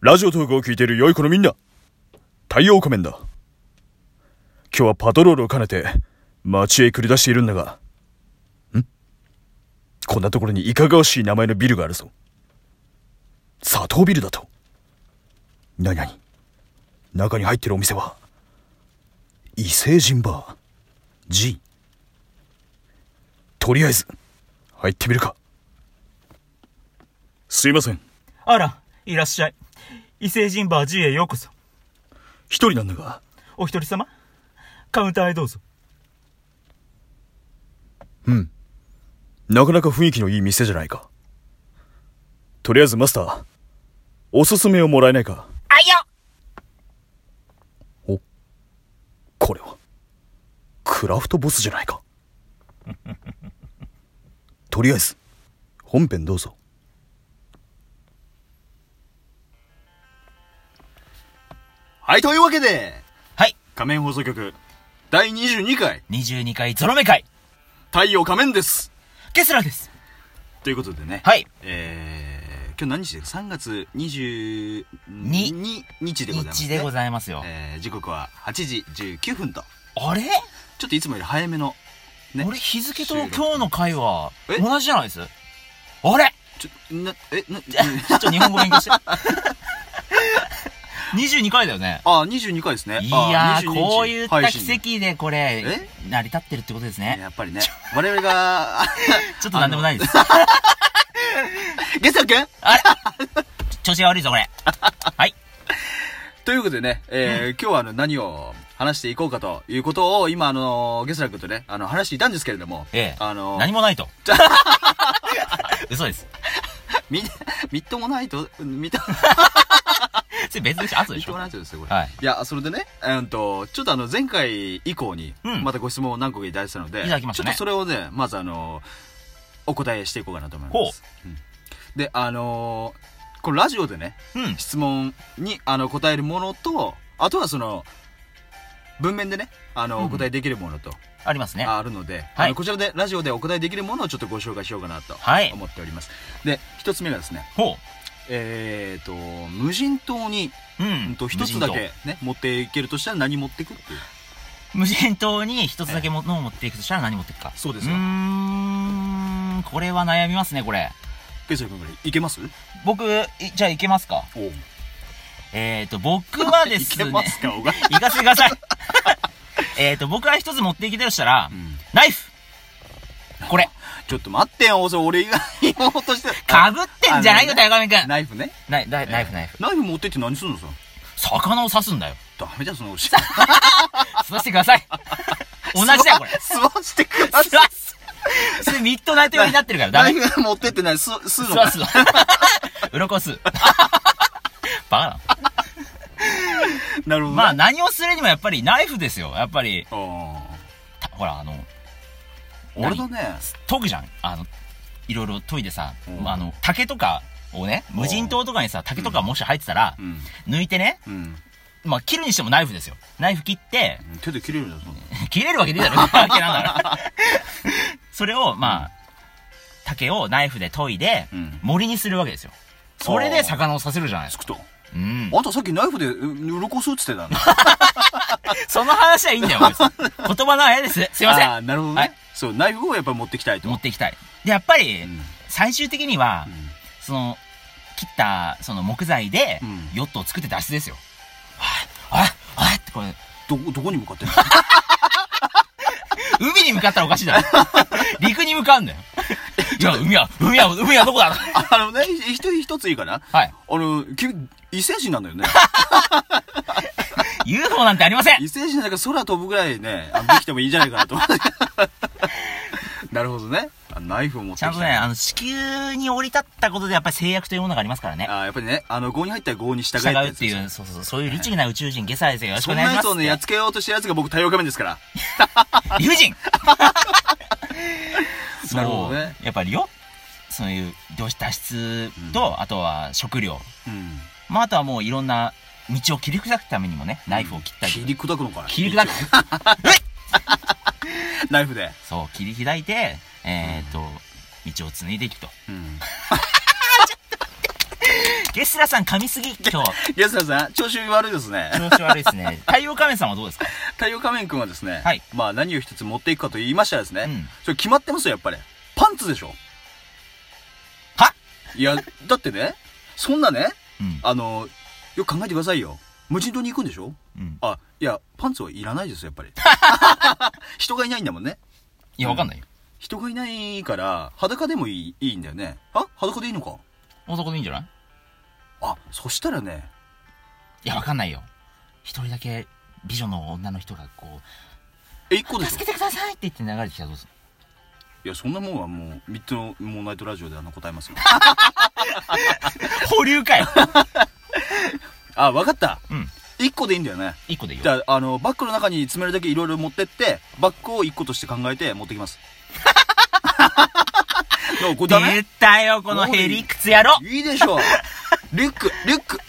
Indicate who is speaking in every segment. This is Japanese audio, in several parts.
Speaker 1: ラジオトークを聞いている良い子のみんな、太陽仮面だ。今日はパトロールを兼ねて、街へ繰り出しているんだが、んこんなところにいかがわしい名前のビルがあるぞ。佐藤ビルだと。なになに中に入ってるお店は、異星人バー G。とりあえず、入ってみるか。すいません。
Speaker 2: あら、いらっしゃい。異星人バー G へようこそ。
Speaker 1: 一人なんだが、
Speaker 2: お一人様カウンターへどうぞ。
Speaker 1: なかなか雰囲気のいい店じゃないか。とりあえずマスター、おすすめをもらえないか。
Speaker 3: あいよ
Speaker 1: これは。クラフトボスじゃないか。 とりあえず、本編どうぞ。
Speaker 4: はい、というわけで、
Speaker 3: はい、
Speaker 4: 仮面放送局、第22回、
Speaker 3: 22回ゾロ目会
Speaker 4: 太陽仮面です
Speaker 3: ケスラです
Speaker 4: ということでね、
Speaker 3: はい。
Speaker 4: えー、今日何日ですか ?3 月22日でございます、
Speaker 3: 日
Speaker 4: ね。
Speaker 3: でございますよ。
Speaker 4: えー、時刻は8時19分と、
Speaker 3: あれ
Speaker 4: ちょっといつもより早めの、ね。
Speaker 3: 俺日付と今日の
Speaker 4: 収録
Speaker 3: 会は
Speaker 4: え
Speaker 3: 同じじゃないですあれ
Speaker 4: ちょ、な、え、 な、
Speaker 3: ちょっと日本語勉 強して。22回だよね。
Speaker 4: あ、22回ですね。
Speaker 3: い
Speaker 4: あ
Speaker 3: や
Speaker 4: 22
Speaker 3: ー、
Speaker 4: 日
Speaker 3: こういった
Speaker 4: 配信
Speaker 3: 奇跡でこれ
Speaker 4: え、
Speaker 3: 成り立ってるってことですね。
Speaker 4: やっぱりね、我々が、あ
Speaker 3: ちょっとなんでもないです。
Speaker 4: ゲスト君
Speaker 3: あれ調子が悪いぞ、これ。はい。
Speaker 4: ということでね、えー今日はあの何を話していこうかということを、今、あの、ゲスラ君とね、あの、話していたんですけれども、
Speaker 3: ええ。
Speaker 4: あの、
Speaker 3: 何もないと。 嘘です。
Speaker 4: み、 みっともないと、みっと、
Speaker 3: それ別でしょ、後で
Speaker 4: みっ
Speaker 3: し
Speaker 4: と
Speaker 3: ょ
Speaker 4: も。ないとですよ、これ。
Speaker 3: はい。
Speaker 4: いや、それでね、うんと、ちょっとあの、前回以降に
Speaker 3: う、ん
Speaker 4: またご質問を何個かいただいてたので、
Speaker 3: いただきましたね
Speaker 4: ちょっとそれをね、まずあの、お答えしていこうかなと思います。うんで、あのこのラジオでね、
Speaker 3: うん。
Speaker 4: 質問にあの答えるものとあとはその文面でねあの、
Speaker 3: うん
Speaker 4: お答えできるものと
Speaker 3: ありますね。
Speaker 4: あるので、
Speaker 3: はい
Speaker 4: あのこちらでラジオでお答えできるものをちょっとご紹介しようかなと
Speaker 3: はい
Speaker 4: 思っております、で一つ目がですね
Speaker 3: ほ
Speaker 4: えー、と無人島に
Speaker 3: う。う
Speaker 4: うん
Speaker 3: ん。
Speaker 4: と一つだけ、ね、持っていけるとしたら何持ってくっていう
Speaker 3: 無人島に一つだけものを持っていくとしたら何持っていくか。
Speaker 4: そうですよ
Speaker 3: うーん。これは悩みますね、これ。
Speaker 4: ケイソ君からいけます
Speaker 3: 僕、いじゃあ行けますか
Speaker 4: おう
Speaker 3: えーと、僕は で
Speaker 4: い
Speaker 3: す
Speaker 4: け
Speaker 3: ね。
Speaker 4: ますかおが、
Speaker 3: 行かせてください。 えーと、僕は一つ持っていけたとしたら
Speaker 4: う、ん
Speaker 3: ナイフこれ、
Speaker 4: ちょっと待ってよそれ俺以外に落として
Speaker 3: かぶってんじゃないよ、
Speaker 4: あのね
Speaker 3: 高見くん
Speaker 4: ナイフね
Speaker 3: ナイナイナイフ、ナイフ。
Speaker 4: ナイフ持ってって何するのさ
Speaker 3: 魚を刺すんだよ。
Speaker 4: ダメじゃんその同じ
Speaker 3: 吸わせてくださ い。同じだよ、これ。
Speaker 4: 吸わしてくだ
Speaker 3: 吸
Speaker 4: さい
Speaker 3: わす。それミッドナイト用になってるから、ダ
Speaker 4: ナ
Speaker 3: メ
Speaker 4: イ。フが持ってってない吸 吸う
Speaker 3: 吸
Speaker 4: の
Speaker 3: わ
Speaker 4: か
Speaker 3: すわ。鱗を吸う。バカなの。
Speaker 4: なるほどね
Speaker 3: まあ何をするにもやっぱりナイフですよ。やっぱり、
Speaker 4: あ
Speaker 3: たほら、あの、
Speaker 4: ー俺だね
Speaker 3: 研ぐじゃん。あの、いろいろ研いでさ、
Speaker 4: うん
Speaker 3: まああの、竹とかをね、無人島とかにさ、竹とかもし入ってたら
Speaker 4: う、ん
Speaker 3: 抜いてね、
Speaker 4: うん
Speaker 3: まあ切るにしてもナイフですよ。ナイフ切って、
Speaker 4: 手で切れるじゃんそんな
Speaker 3: 切れるわけねえ だろ、わけなんだから。 それを、まあ、竹をナイフで研いで
Speaker 4: うん、
Speaker 3: 森にするわけですよ。それで魚をさせるじゃないです
Speaker 4: つ
Speaker 3: か。
Speaker 4: くと
Speaker 3: うん。
Speaker 4: あんたさっきナイフでう鱗吸うっつってたな
Speaker 3: その話はいいんだよ、 別に言葉のあれです。すいませ
Speaker 4: あ
Speaker 3: ん。
Speaker 4: ーなるほど
Speaker 3: はい
Speaker 4: ねそうナイフをやっぱり持ってきたいと
Speaker 3: 持っていきたい。で、やっぱり、
Speaker 4: うん
Speaker 3: 最終的には、
Speaker 4: うん
Speaker 3: その、切った、その木材で
Speaker 4: うん、
Speaker 3: ヨットを作って脱出ですよ。あれあれあれってこれ、
Speaker 4: どこどこに向かってんの
Speaker 3: 海に向かったらおかしいだろ。 陸に向かうんだよ。いや、海は、海は、海はどこだ
Speaker 4: あのねひ一つ一ついいかな
Speaker 3: はい。
Speaker 4: あの君異星人なん だよね
Speaker 3: UFO なんてありません
Speaker 4: 異星人だから空飛ぶぐらいねあのできてもいいんじゃないかなと 思ってなるほどねあナイフを持ってき
Speaker 3: ち
Speaker 4: た
Speaker 3: ゃんとね、あの、地球に降り立ったことでやっぱり制約というものがありますからね。
Speaker 4: あーやっぱりねあの郷に入ったら郷に従え
Speaker 3: 従
Speaker 4: や
Speaker 3: うっ
Speaker 4: つ
Speaker 3: て
Speaker 4: です
Speaker 3: い
Speaker 4: よ
Speaker 3: う、そうそう、そういう律儀な宇宙人、ゲサですよ。よろしく
Speaker 4: そ
Speaker 3: お
Speaker 4: ん
Speaker 3: 願い
Speaker 4: な
Speaker 3: します。
Speaker 4: 人をね、やっつけようとしてるやつが僕、太陽仮面ですから。
Speaker 3: 理不尽そう
Speaker 4: なるほどね
Speaker 3: やっぱりよそういうど脱出と、あとは食料
Speaker 4: うん。
Speaker 3: まああとはもういろんな道を切り砕くためにもねナイフを切ったり
Speaker 4: 切り砕くのかな
Speaker 3: 切り砕く
Speaker 4: 一応ナイフで。
Speaker 3: そう切り開いてえー、っと道を紡いでいくと
Speaker 4: うん。
Speaker 3: ゲスラさん噛みすぎ、今日。
Speaker 4: 安田さん、調子悪いですね。
Speaker 3: 調子悪いです ね。太陽仮面さんはどうですか
Speaker 4: 太陽仮面くんはですね、
Speaker 3: はい
Speaker 4: まあ何を一つ持っていくかと言いましたらですね、
Speaker 3: うん
Speaker 4: それ決まってますよ、やっぱり。パンツでしょはいや、だってね、そんなね、
Speaker 3: うん。
Speaker 4: あの、よく考えてくださいよ。無人島に行くんでしょ
Speaker 3: うん。
Speaker 4: あ、いや、パンツはいらないですよ、やっ ぱり。人がいないんだもんね。
Speaker 3: いや、わかんないよ。
Speaker 4: 人がいないから、裸でもいいいいんだよね。あ裸でいいのか
Speaker 3: 男でいいんじゃない
Speaker 4: あ、そしたらね、
Speaker 3: いや、わかんないよ。一人だけ、美女の女の人がこ
Speaker 4: え、一個
Speaker 3: う、
Speaker 4: でしょ
Speaker 3: 助けてくださいって言って流れてきたらどうする
Speaker 4: いや、そんなもんはもう、三つのモーナイトラジオであの答えますよ。
Speaker 3: 保留かよ
Speaker 4: あ、わかった。
Speaker 3: うん。
Speaker 4: 一個でいいんだよね。
Speaker 3: 一個でいい
Speaker 4: じ
Speaker 3: よ。
Speaker 4: ゃあ、あの、バッグの中に詰めるだけいろいろ持ってって、バッグを一個として考えて持って きます。でもこれダメ
Speaker 3: 出たよ、このヘリクツ野郎
Speaker 4: いいでしょう。リュック、リュック、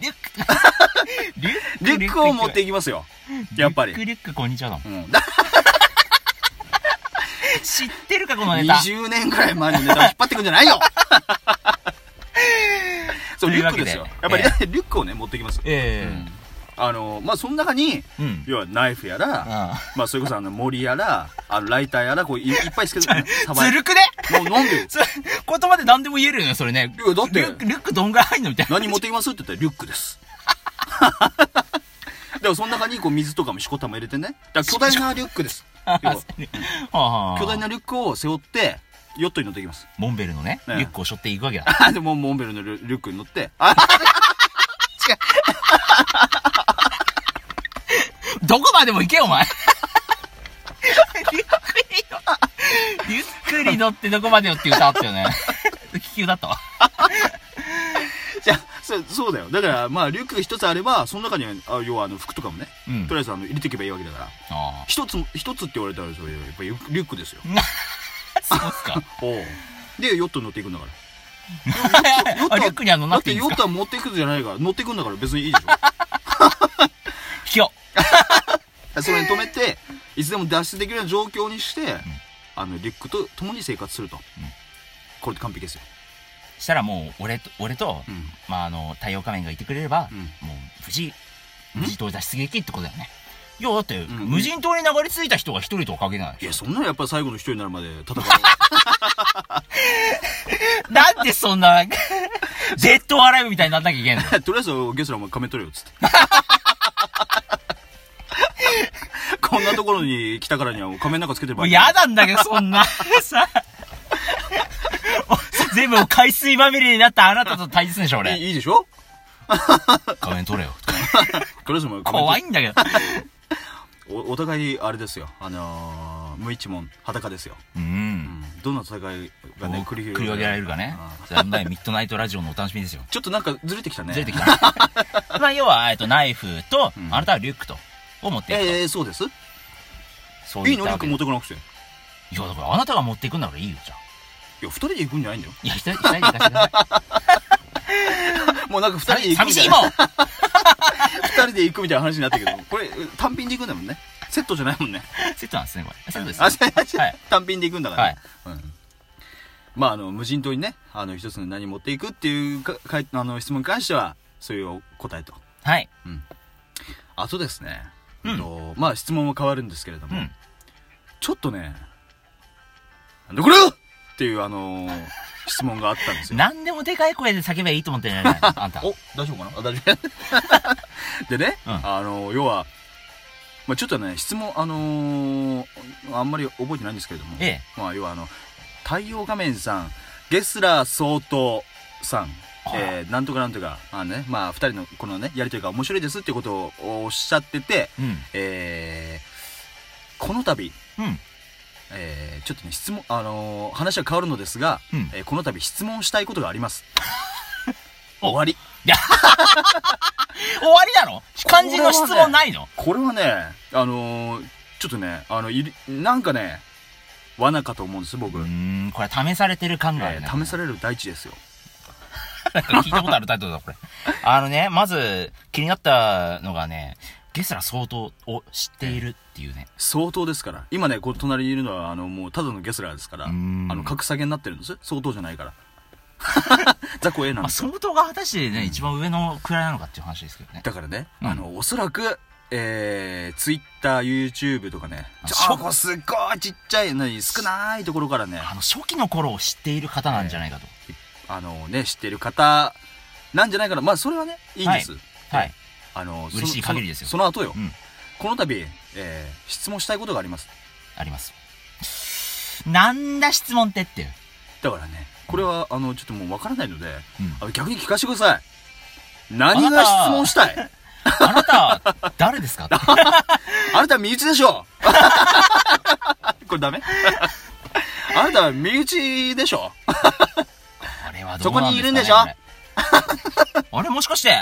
Speaker 3: リュック、 リュック、
Speaker 4: リュックを持っていきますよ。やっぱり
Speaker 3: リュッ。ク、リュック、こんにちはだもん。
Speaker 4: うん。だ
Speaker 3: 知ってるか、このネタ。
Speaker 4: 20年くらい前のネタを引っ張ってくんじゃない よそ
Speaker 3: と
Speaker 4: う、リ
Speaker 3: いう
Speaker 4: ュッ
Speaker 3: わ
Speaker 4: ク
Speaker 3: け
Speaker 4: で
Speaker 3: です
Speaker 4: よ。やっぱり、リュックをね、持ってきます。
Speaker 3: え
Speaker 4: うんあの、まあ、その中に、
Speaker 3: え。うん。
Speaker 4: 要はナイフやら、
Speaker 3: あ
Speaker 4: まあ、それこそあの、森やら、あの、ライターやら、こう、いいっぱいつ けて、
Speaker 3: あ
Speaker 4: た
Speaker 3: ずるくね
Speaker 4: もう飲んでよ。
Speaker 3: それ言葉で何でも言えるよね、それね。
Speaker 4: いやだって
Speaker 3: リュック、リュックどんぐらい入んのみたいな。
Speaker 4: 何持ってきますって言ったらリュックです。 でもその中にこう水とかもしこたま入れてね。だから巨大なリュッ クです。要は
Speaker 3: はあ
Speaker 4: 巨大なリュックを背負って、ヨットに乗ってきます。
Speaker 3: モンベルのね、リ
Speaker 4: ね
Speaker 3: ュックを背負っていくわけだ。
Speaker 4: あ、でもモンベルのリュリュックに乗って、あ、
Speaker 3: どこまでも行けよ、お前 リュックに乗って、リュックに乗ってどこまでよって歌あった よね。気球だったわ。
Speaker 4: じゃあそうそうだよ。だからまあリュックが一つあれば、その中にあ要はあの服とかもね、
Speaker 3: うん
Speaker 4: とりあえずあの入れていけばいいわけだから。
Speaker 3: あ
Speaker 4: 一つ、一つって言われたらそれやっぱりリュリュックですよ。
Speaker 3: あ。そうっすか。
Speaker 4: おうで、ヨットに乗っていくんだから。
Speaker 3: あリュックには乗ん
Speaker 4: だ
Speaker 3: な
Speaker 4: っ
Speaker 3: くて
Speaker 4: て
Speaker 3: いいん
Speaker 4: ヨ
Speaker 3: です
Speaker 4: ッ
Speaker 3: か
Speaker 4: トは持っていくじゃないから、乗っていくんだから別にいいでしょ。
Speaker 3: 引きよ
Speaker 4: それに止めて、いつでも脱出できるような状況にして、あの、リュックと共に生活すると。これで完璧ですよ。
Speaker 3: う。したらもう、俺と、俺と、まあ、あの、太陽仮面がいてくれれば、
Speaker 4: うん
Speaker 3: もう、無事、無人島脱出撃ってことだよね。いや、だって、
Speaker 4: ん
Speaker 3: 無人島に流れ着いた人が一人とは限らない
Speaker 4: い
Speaker 3: でし
Speaker 4: や、
Speaker 3: ょ。
Speaker 4: そんなのやっぱり最後の一人になるまで戦う。
Speaker 3: なんでそんな、デッドアライブみたいになんなきゃいけんの
Speaker 4: とりあえず、ゲスラお前仮面取れよ、つ って。こんなところに来たからにはもう仮面なんかつけてれ
Speaker 3: も
Speaker 4: ば
Speaker 3: う
Speaker 4: いい。
Speaker 3: 嫌なんだけど、そんな。 さ。お全部もう海水まみれになったあなたと対立でしょ、
Speaker 4: い
Speaker 3: 俺。
Speaker 4: いいいでしょ
Speaker 3: 仮面 取れよ。
Speaker 4: とりあえずお前仮面
Speaker 3: 怖
Speaker 4: 取
Speaker 3: いんだけど。
Speaker 4: れおお互い、あれですよ。あのー、無一文、裸ですよ。
Speaker 3: う。
Speaker 4: うん んどんな戦いがね、繰り
Speaker 3: 繰り上げられるかね
Speaker 4: あ。
Speaker 3: それはねミッドナイトラジオのお楽しみですよ。
Speaker 4: ーちょっとなんかずれてきたね。
Speaker 3: ずれてき た。まあ、要は、えっと、ナイフと、
Speaker 4: ん
Speaker 3: あなたはリュックと、を持っていくと。
Speaker 4: ええそうです。
Speaker 3: そう
Speaker 4: い
Speaker 3: い
Speaker 4: い
Speaker 3: っ
Speaker 4: の
Speaker 3: た
Speaker 4: リュッ
Speaker 3: わ
Speaker 4: ク
Speaker 3: け
Speaker 4: 持
Speaker 3: で
Speaker 4: ってこなくて。い
Speaker 3: いや、だからあなたが持っていくんだからいいよ、じゃあ。
Speaker 4: や、二人で行くんじ ゃないんだよ。
Speaker 3: いや、一人、一人で行かせてくだ
Speaker 4: もうなんか二
Speaker 3: さ
Speaker 4: 人で
Speaker 3: い。
Speaker 4: 行
Speaker 3: 寂
Speaker 4: くみ
Speaker 3: したい
Speaker 4: い
Speaker 3: も
Speaker 4: な。
Speaker 3: ん
Speaker 4: 二人で行くみたいな話になったけど、これ単品で行くんだもんね。セットじゃないもんね。
Speaker 3: セットなんですね、これ。セットです。
Speaker 4: あ、違う違う
Speaker 3: はい
Speaker 4: 単品で行くんだからね。うんまあ、あの、無人島にね、あの、一つの何持っていくっていうか、かいあの、質問に関しては、そういう答えと。
Speaker 3: はい。
Speaker 4: あとですね、
Speaker 3: うん
Speaker 4: えっとまあ、質問は変わるんですけれど
Speaker 3: う
Speaker 4: も、
Speaker 3: ん。
Speaker 4: ちょっとね、なんだこれよっていう、あのー質問があったん ですよ。
Speaker 3: 何でもでかい声で叫べばいいと思ってるんじゃないのあんた。
Speaker 4: お、大丈夫かなあ大丈夫。 でね、
Speaker 3: うん
Speaker 4: あの、要は、まあちょっとね、質問、あのーあんまり覚えてないんですけれども、
Speaker 3: ええ
Speaker 4: まあ要はあの、太陽画面さん、ゲスラー総統さん、
Speaker 3: はい
Speaker 4: えー、なんとかなんとか、あのね、まあ二人のこのね、やりとりが面白いですってことをおっしゃってて、
Speaker 3: うん。
Speaker 4: えー、この度、
Speaker 3: うん。
Speaker 4: えー、ちょっとね、質問、あのー話は変わるのですが、
Speaker 3: うん
Speaker 4: えーこの度質問したいことがあります。
Speaker 3: お
Speaker 4: 終わり。
Speaker 3: 終わりなの漢字の質問ないの
Speaker 4: これはね、あのーちょっとね、あの、いりなんかね、罠かと思うんです、僕。
Speaker 3: うーん、これ試されてる感があ
Speaker 4: え
Speaker 3: るね。
Speaker 4: ー試される大地ですよ。
Speaker 3: なんか聞いたことあるタイトルだ、これ。あのね、まず気になったのがね、ゲスラ相当を知っているっていうね。
Speaker 4: 相当ですから。今ね、こう隣にいるのは、あの、もうただのゲスラーですから、あ
Speaker 3: うん
Speaker 4: の、格下げになってるんです。相当じゃないから。 雑魚 A なん
Speaker 3: まあ、
Speaker 4: ですよ
Speaker 3: 相当が果たしてね、一番上の位なのかっていう話ですけどね。
Speaker 4: だからね、
Speaker 3: うん
Speaker 4: あの、おそらく、えー、Twitter、YouTube とかね、
Speaker 3: あ
Speaker 4: ち
Speaker 3: そ
Speaker 4: ょ
Speaker 3: う
Speaker 4: こすっごいちっちゃい、何、少ないところからね、
Speaker 3: あの、初期の頃を知っている方なんじゃないかと。
Speaker 4: あのね、知ってる方なんじゃないかな。まあ、それはね、いいんです。
Speaker 3: はい。
Speaker 4: あの、
Speaker 3: 嬉しい
Speaker 4: その
Speaker 3: 限りですよ
Speaker 4: そのその後よ、
Speaker 3: うん
Speaker 4: この度、えー、質問したいことがあります。
Speaker 3: あります。なんだ質問ってっていう。
Speaker 4: だからね、これは、あの、ちょっともうわからないので、
Speaker 3: うん
Speaker 4: あの逆に聞かせてください。何が質問したい
Speaker 3: あなた、誰ですか って
Speaker 4: あなたは身内でしょ これダメ あなたは身内でしょ
Speaker 3: あれはど
Speaker 4: そうこ
Speaker 3: なんですか、ね、
Speaker 4: にいるんでしょ
Speaker 3: これあれもしかして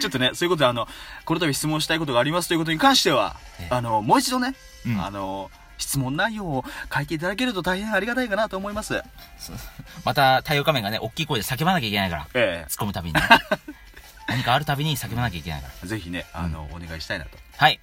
Speaker 4: ちょっとね、そういうことで、あの、この度質問したいことがありますということに関しては
Speaker 3: ええ、
Speaker 4: あの、もう一度ね、
Speaker 3: うん
Speaker 4: あの、質問内容を書いていただけると大変ありがたいかなと思います。
Speaker 3: そうまた、太陽仮面がね、大きい声で叫ばなきゃいけないから。
Speaker 4: え
Speaker 3: 突っ込むたび にね。何かあるたびに叫ばなきゃいけないから。
Speaker 4: えぜひね、あの、お願いしたいなと。
Speaker 3: はい。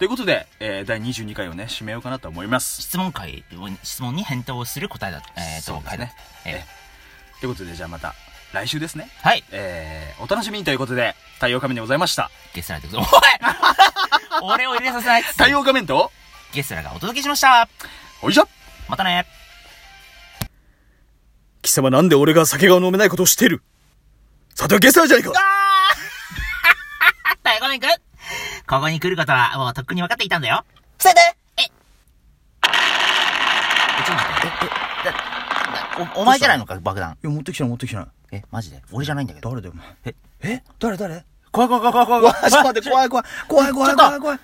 Speaker 4: ということで、えー、第22回をね、締めようかなと思います。
Speaker 3: 質問会を、質問に返答をする答えだ、えー、
Speaker 4: そう
Speaker 3: と、
Speaker 4: です
Speaker 3: 回
Speaker 4: ね
Speaker 3: だ。ええ
Speaker 4: ということで、じゃあまた、来週ですね。
Speaker 3: はい。
Speaker 4: えー、お楽しみにということで、太陽仮面でございました。
Speaker 3: ゲスラでございます。おい 俺を入れさせないっつって
Speaker 4: 太陽仮面と、
Speaker 3: ゲスラがお届けしました
Speaker 4: おいしょ
Speaker 3: またね
Speaker 1: 貴様なんで俺が酒が飲めないことをしてるさてはゲスラーじゃないか
Speaker 3: あったよ、ごめんくんここに来ることはもうとっくに分かっていたんだよ。伝えてえ、ちょっと待って。え、だ、お、お前じゃないのか、爆弾。
Speaker 1: いや、持ってきてない、持ってきてない。
Speaker 3: え、マジで俺じゃないんだけど。
Speaker 1: 誰だよ、お前。
Speaker 3: え、
Speaker 1: え誰誰
Speaker 3: 怖い怖い怖い怖い怖い。
Speaker 1: 怖い怖い怖い怖い怖い怖い怖い怖い